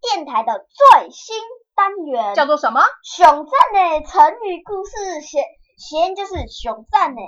电台的最新单元，叫做什么？熊赞呢，成语故事谐谐音就是熊赞呢。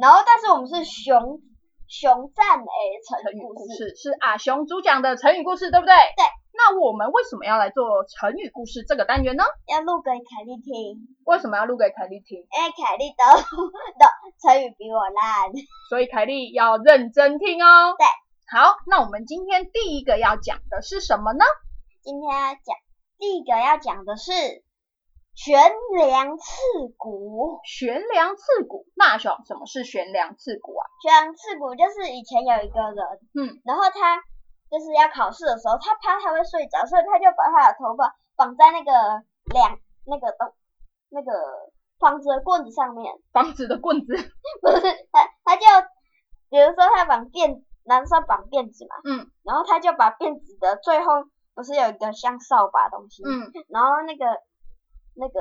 然后，但是我们是熊熊赞呢成成语语故故事。事是啊熊主讲的成语故事，对不对？对。那我们为什么要来做成语故事这个单元呢？要录给凯莉听，为什么要录给凯莉听？因为凯莉的的成语比我烂。所以凯莉要认真听哦。对。好，那我们今天第一个要讲的是什么呢？今天要讲第一个要讲的是悬梁刺股。悬梁刺股。那熊，什么是悬梁刺股啊？悬梁刺股就是以前有一个人，嗯，然后他就是要考试的时候，他怕他会睡着，所以他就把他的头发绑在那个两那个东那个房子的棍子上面，房子的棍子。不是他他就比如说他绑辫，男生绑辫子嘛，嗯，然后他就把辫子的最后不是有一个像扫把的东西，，嗯，然后那个那个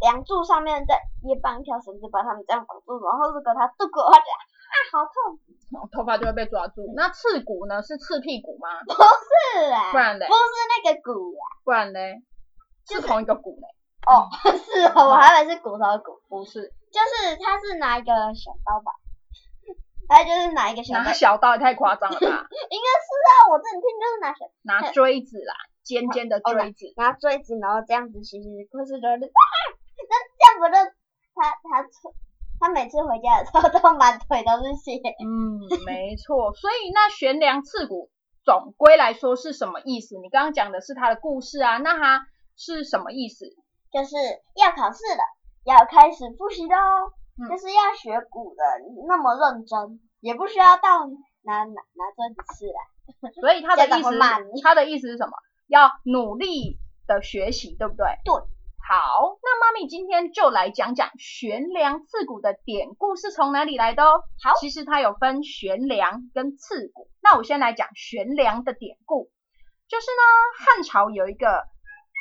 梁柱上面再也绑一条绳子，把它们这样绑住，然后如果他度过的话就啊好痛，哦头发就会被抓住。那刺股呢？是刺屁股吗？是啊，不然嘞不，是那个骨啊，不然嘞，哦是同一个股嘞？ 哦，是哦，我还以为是骨头骨，不是，就是他是拿一个小刀吧，他就是拿一个小刀，拿小刀也太夸张了 吧？应该是啊，我这里听就是拿小拿锥子啦，尖尖的锥子。拿锥子，然后这样子洗洗洗，故事 就是啊，那这样不就他他出他每次回家的时候都满腿都是血，嗯，没错。所以那悬梁刺股总归来说是什么意思？你刚刚讲的是它的故事啊，那它是什么意思？就是要考试了，要开始复习喽，嗯就是要学古人那么认真，也不需要到拿拿拿锥子刺啦，所以他的意家长思会骂你是，他的意思是什么？要努力的学习，对不对？对。好，那妈咪今天就来讲讲悬梁刺股的典故是从哪里来的哦。好，其实它有分悬梁跟刺股。那我先来讲悬梁的典故，就是呢，汉朝有一个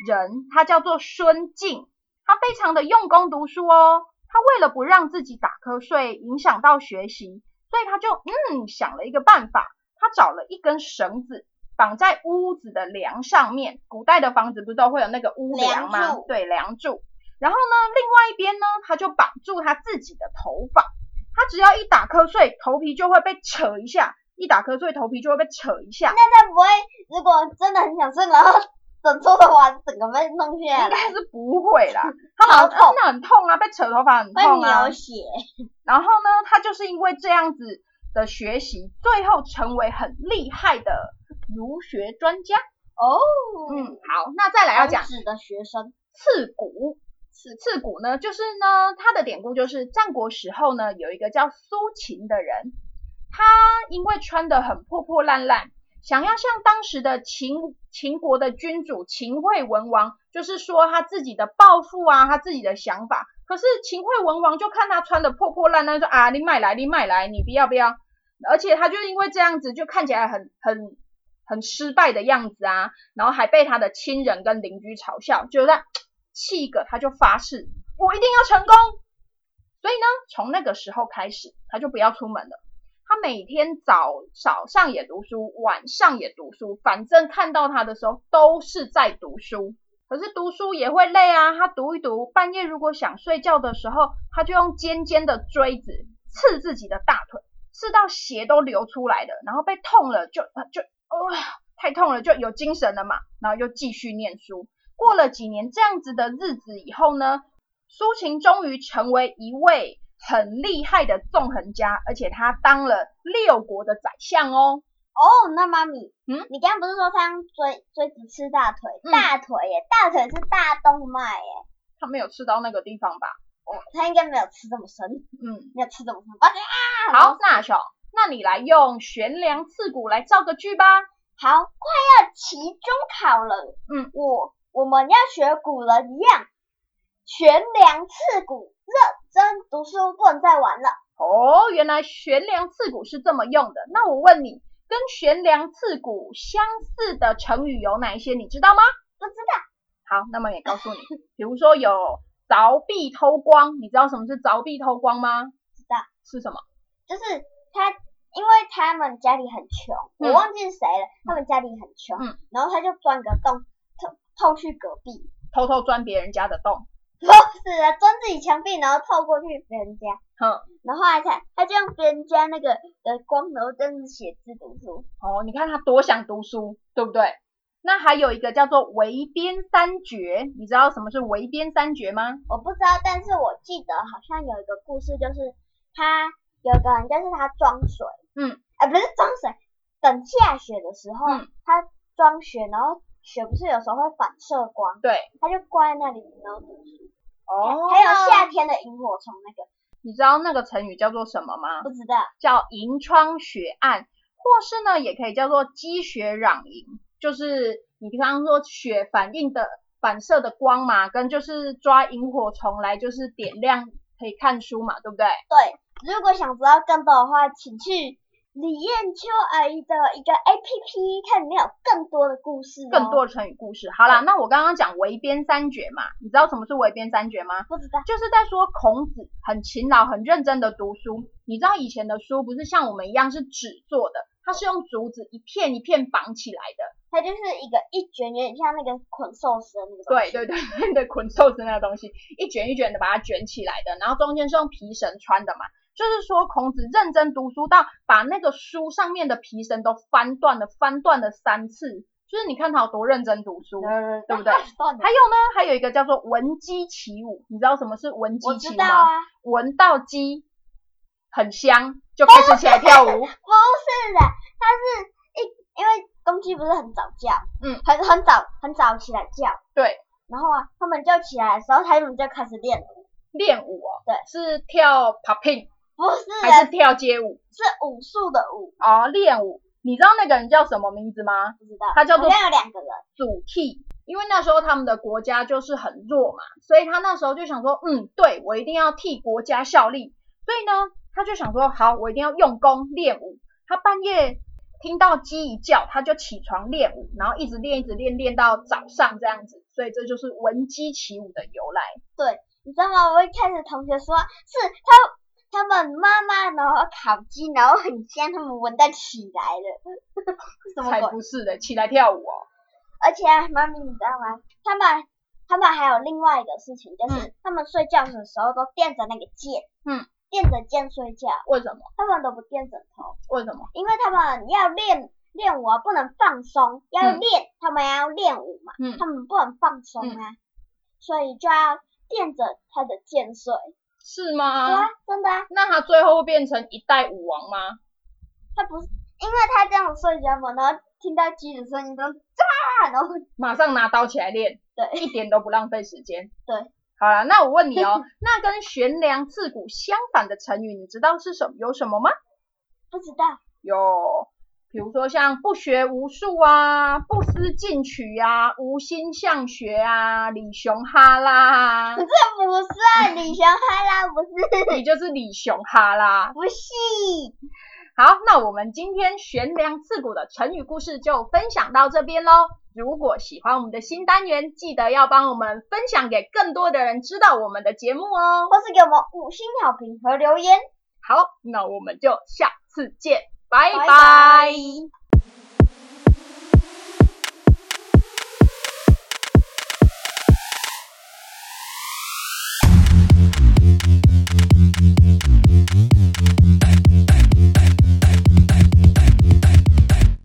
人，他叫做孙敬，他非常的用功读书哦。他为了不让自己打瞌睡，影响到学习，所以他就嗯想了一个办法，他找了一根绳子绑在屋子的梁上面。古代的房子不是都会有那个屋梁吗？梁柱对，梁柱。然后呢，另外一边呢，他就绑住他自己的头发。他只要一打瞌睡，头皮就会被扯一下；一打瞌睡，头皮就会被扯一下。那他不会如果真的很想睡，然后整座的碗整个被弄下应来，该是不会啦，他 好好痛那很痛啊，被扯头发很会痛啊。流血。然后呢，他就是因为这样子的学习，最后成为很厉害的儒学专家。哦，嗯，好，那再来要讲孔子的学生，刺股。刺刺股呢，就是呢，它的典故就是战国时候呢，有一个叫苏秦的人，他因为穿得很破破烂烂，想要向当时的秦秦国的君主秦惠文王，就是说他自己的抱负啊，他自己的想法。可是秦惠文王就看他穿的破破烂烂，说啊，你买来，你买来，你不要不要。而且他就因为这样子，就看起来很很很失败的样子啊，然后还被他的亲人跟邻居嘲笑，就让气个他就发誓，我一定要成功。所以呢，从那个时候开始，他就不要出门了。他每天早早上也读书，晚上也读书，反正看到他的时候都是在读书。可是读书也会累啊，他读一读，半夜如果想睡觉的时候，他就用尖尖的锥子刺自己的大腿，刺到血都流出来了，然后被痛了就就哦太痛了，就有精神了嘛，然后又继续念书。过了几年这样子的日子以后呢，苏秦终于成为一位很厉害的纵横家，而且他当了六国的宰相哦。哦，那妈咪，嗯你刚刚不是说他用锥锥子吃大腿？嗯大腿耶，大腿是大动脉耶，他没有吃到那个地方吧？哦，他应该没有吃这么深， 嗯，没有吃这么深。啊好，那小，那你来用悬梁刺股来造个句吧。好，快要期中考了，嗯，我我们要学古人一样，悬梁刺股，认真读书，不能再玩了。哦，原来悬梁刺股是这么用的。那我问你，跟悬梁刺股相似的成语有哪一些？你知道吗？不知道，好，那么也告诉你，比如说有凿壁偷光，你知道什么是凿壁偷光吗？知道是什么？就是他，因为他们家里很穷，嗯我忘记是谁了，他们家里很穷，嗯然后他就钻个洞，偷偷去隔壁，偷偷钻别人家的洞。不是啊，钻自己墙壁，然后透过去别人家，哼，然后还看他就用别人家那个的光头真是写字读书，哦，你看他多想读书，对不对？那还有一个叫做围边三绝，你知道什么是围边三绝吗？我不知道，但是我记得好像有一个故事，就是他有个人，就是他装水，嗯，啊、不是装水，等下雪的时候，嗯他装雪，然后雪不是有时候会反射光，对，他就关在那里，然后读书。哦还有夏天的萤火虫那个，你知道那个成语叫做什么吗？不知道，叫银窗雪案，或是呢，也可以叫做积雪攘银，就是你刚刚说雪反应的反射的光嘛，跟就是抓萤火虫来就是点亮可以看书嘛，对不对？对，如果想知道更多的话，请去李艳秋阿姨的一个 APP 看里面有更多的故事、哦，更多的成语故事。好啦，那我刚刚讲围边三绝嘛，你知道什么是围边三绝吗？不知道，就是在说孔子很勤劳、很认真的读书。你知道以前的书不是像我们一样是纸做的，它是用竹子一片一片绑起来的。它就是一个一卷，有点像那个捆寿司的那个东对西，对 对对对，捆寿司那个东西，一卷一卷的把它卷起来的，然后中间是用皮绳穿的嘛。就是说，孔子认真读书到把那个书上面的皮绳都翻断了，翻断了三次。就是你看他有多认真读书。对对不对还有呢，还有一个叫做闻鸡起舞，你知道什么是闻我鸡知起舞道吗？啊，闻到鸡很香，就开始起来跳舞。不是的，它是一因为公鸡不是很早叫，嗯，很很早很早起来叫，对，然后啊，他们叫起来的时候，他们就开始练舞，练舞哦，对，是跳 popping 不是的，还是跳街舞？是武术的武，哦，练舞。你知道那个人叫什么名字吗？不知道，它叫做好像有两个人，祖逖，因为那时候他们的国家就是很弱嘛，所以他那时候就想说，嗯，对我一定要替国家效力，所以呢，他就想说，好，我一定要用功练武。他半夜听到鸡一叫，他就起床练舞，然后一直练，一直练，练到早上这样子，所以这就是闻鸡起舞的由来。你知道吗？我一开始同学说是他。他们妈妈然后烤鸡，然后很香，他们闻到起来了， 什么才鬼？不是的，起来跳舞哦。而且啊，妈咪，你知道吗？他们他们还有另外一个事情，就是、他们睡觉的时候都垫着那个剑，嗯，垫着剑睡觉，为什么？他们都不垫枕头，为什么？因为他们要练练舞啊，不能放松，要嗯练，他们要练舞嘛，嗯他们不能放松啊，所以就要垫着他的剑睡，是对啊吗？，真的啊，那他最后会变成一代舞王吗？他不是因为他这样睡觉嘛，然后听到鸡的声音都啊，然后马上拿刀起来练，对一点都不浪费时间。对，好了，那我问 你哦，那跟悬梁刺股相反的成语，你知道是什么有什么吗？不知道。有，比如说像不学无术啊，不思进取啊，无心向学啊，李熊哈 拉啊，这 不是啊李翔哈啦，不是，你就是李熊哈拉。不是。好，那我们今天悬梁刺股的成语故事就分享到这边喽。如果喜欢我们的新单元，记得要帮我们分享给更多的人知道我们的节目哦。或是给我们五星好评和留言。好，那我们就下次见，拜拜拜拜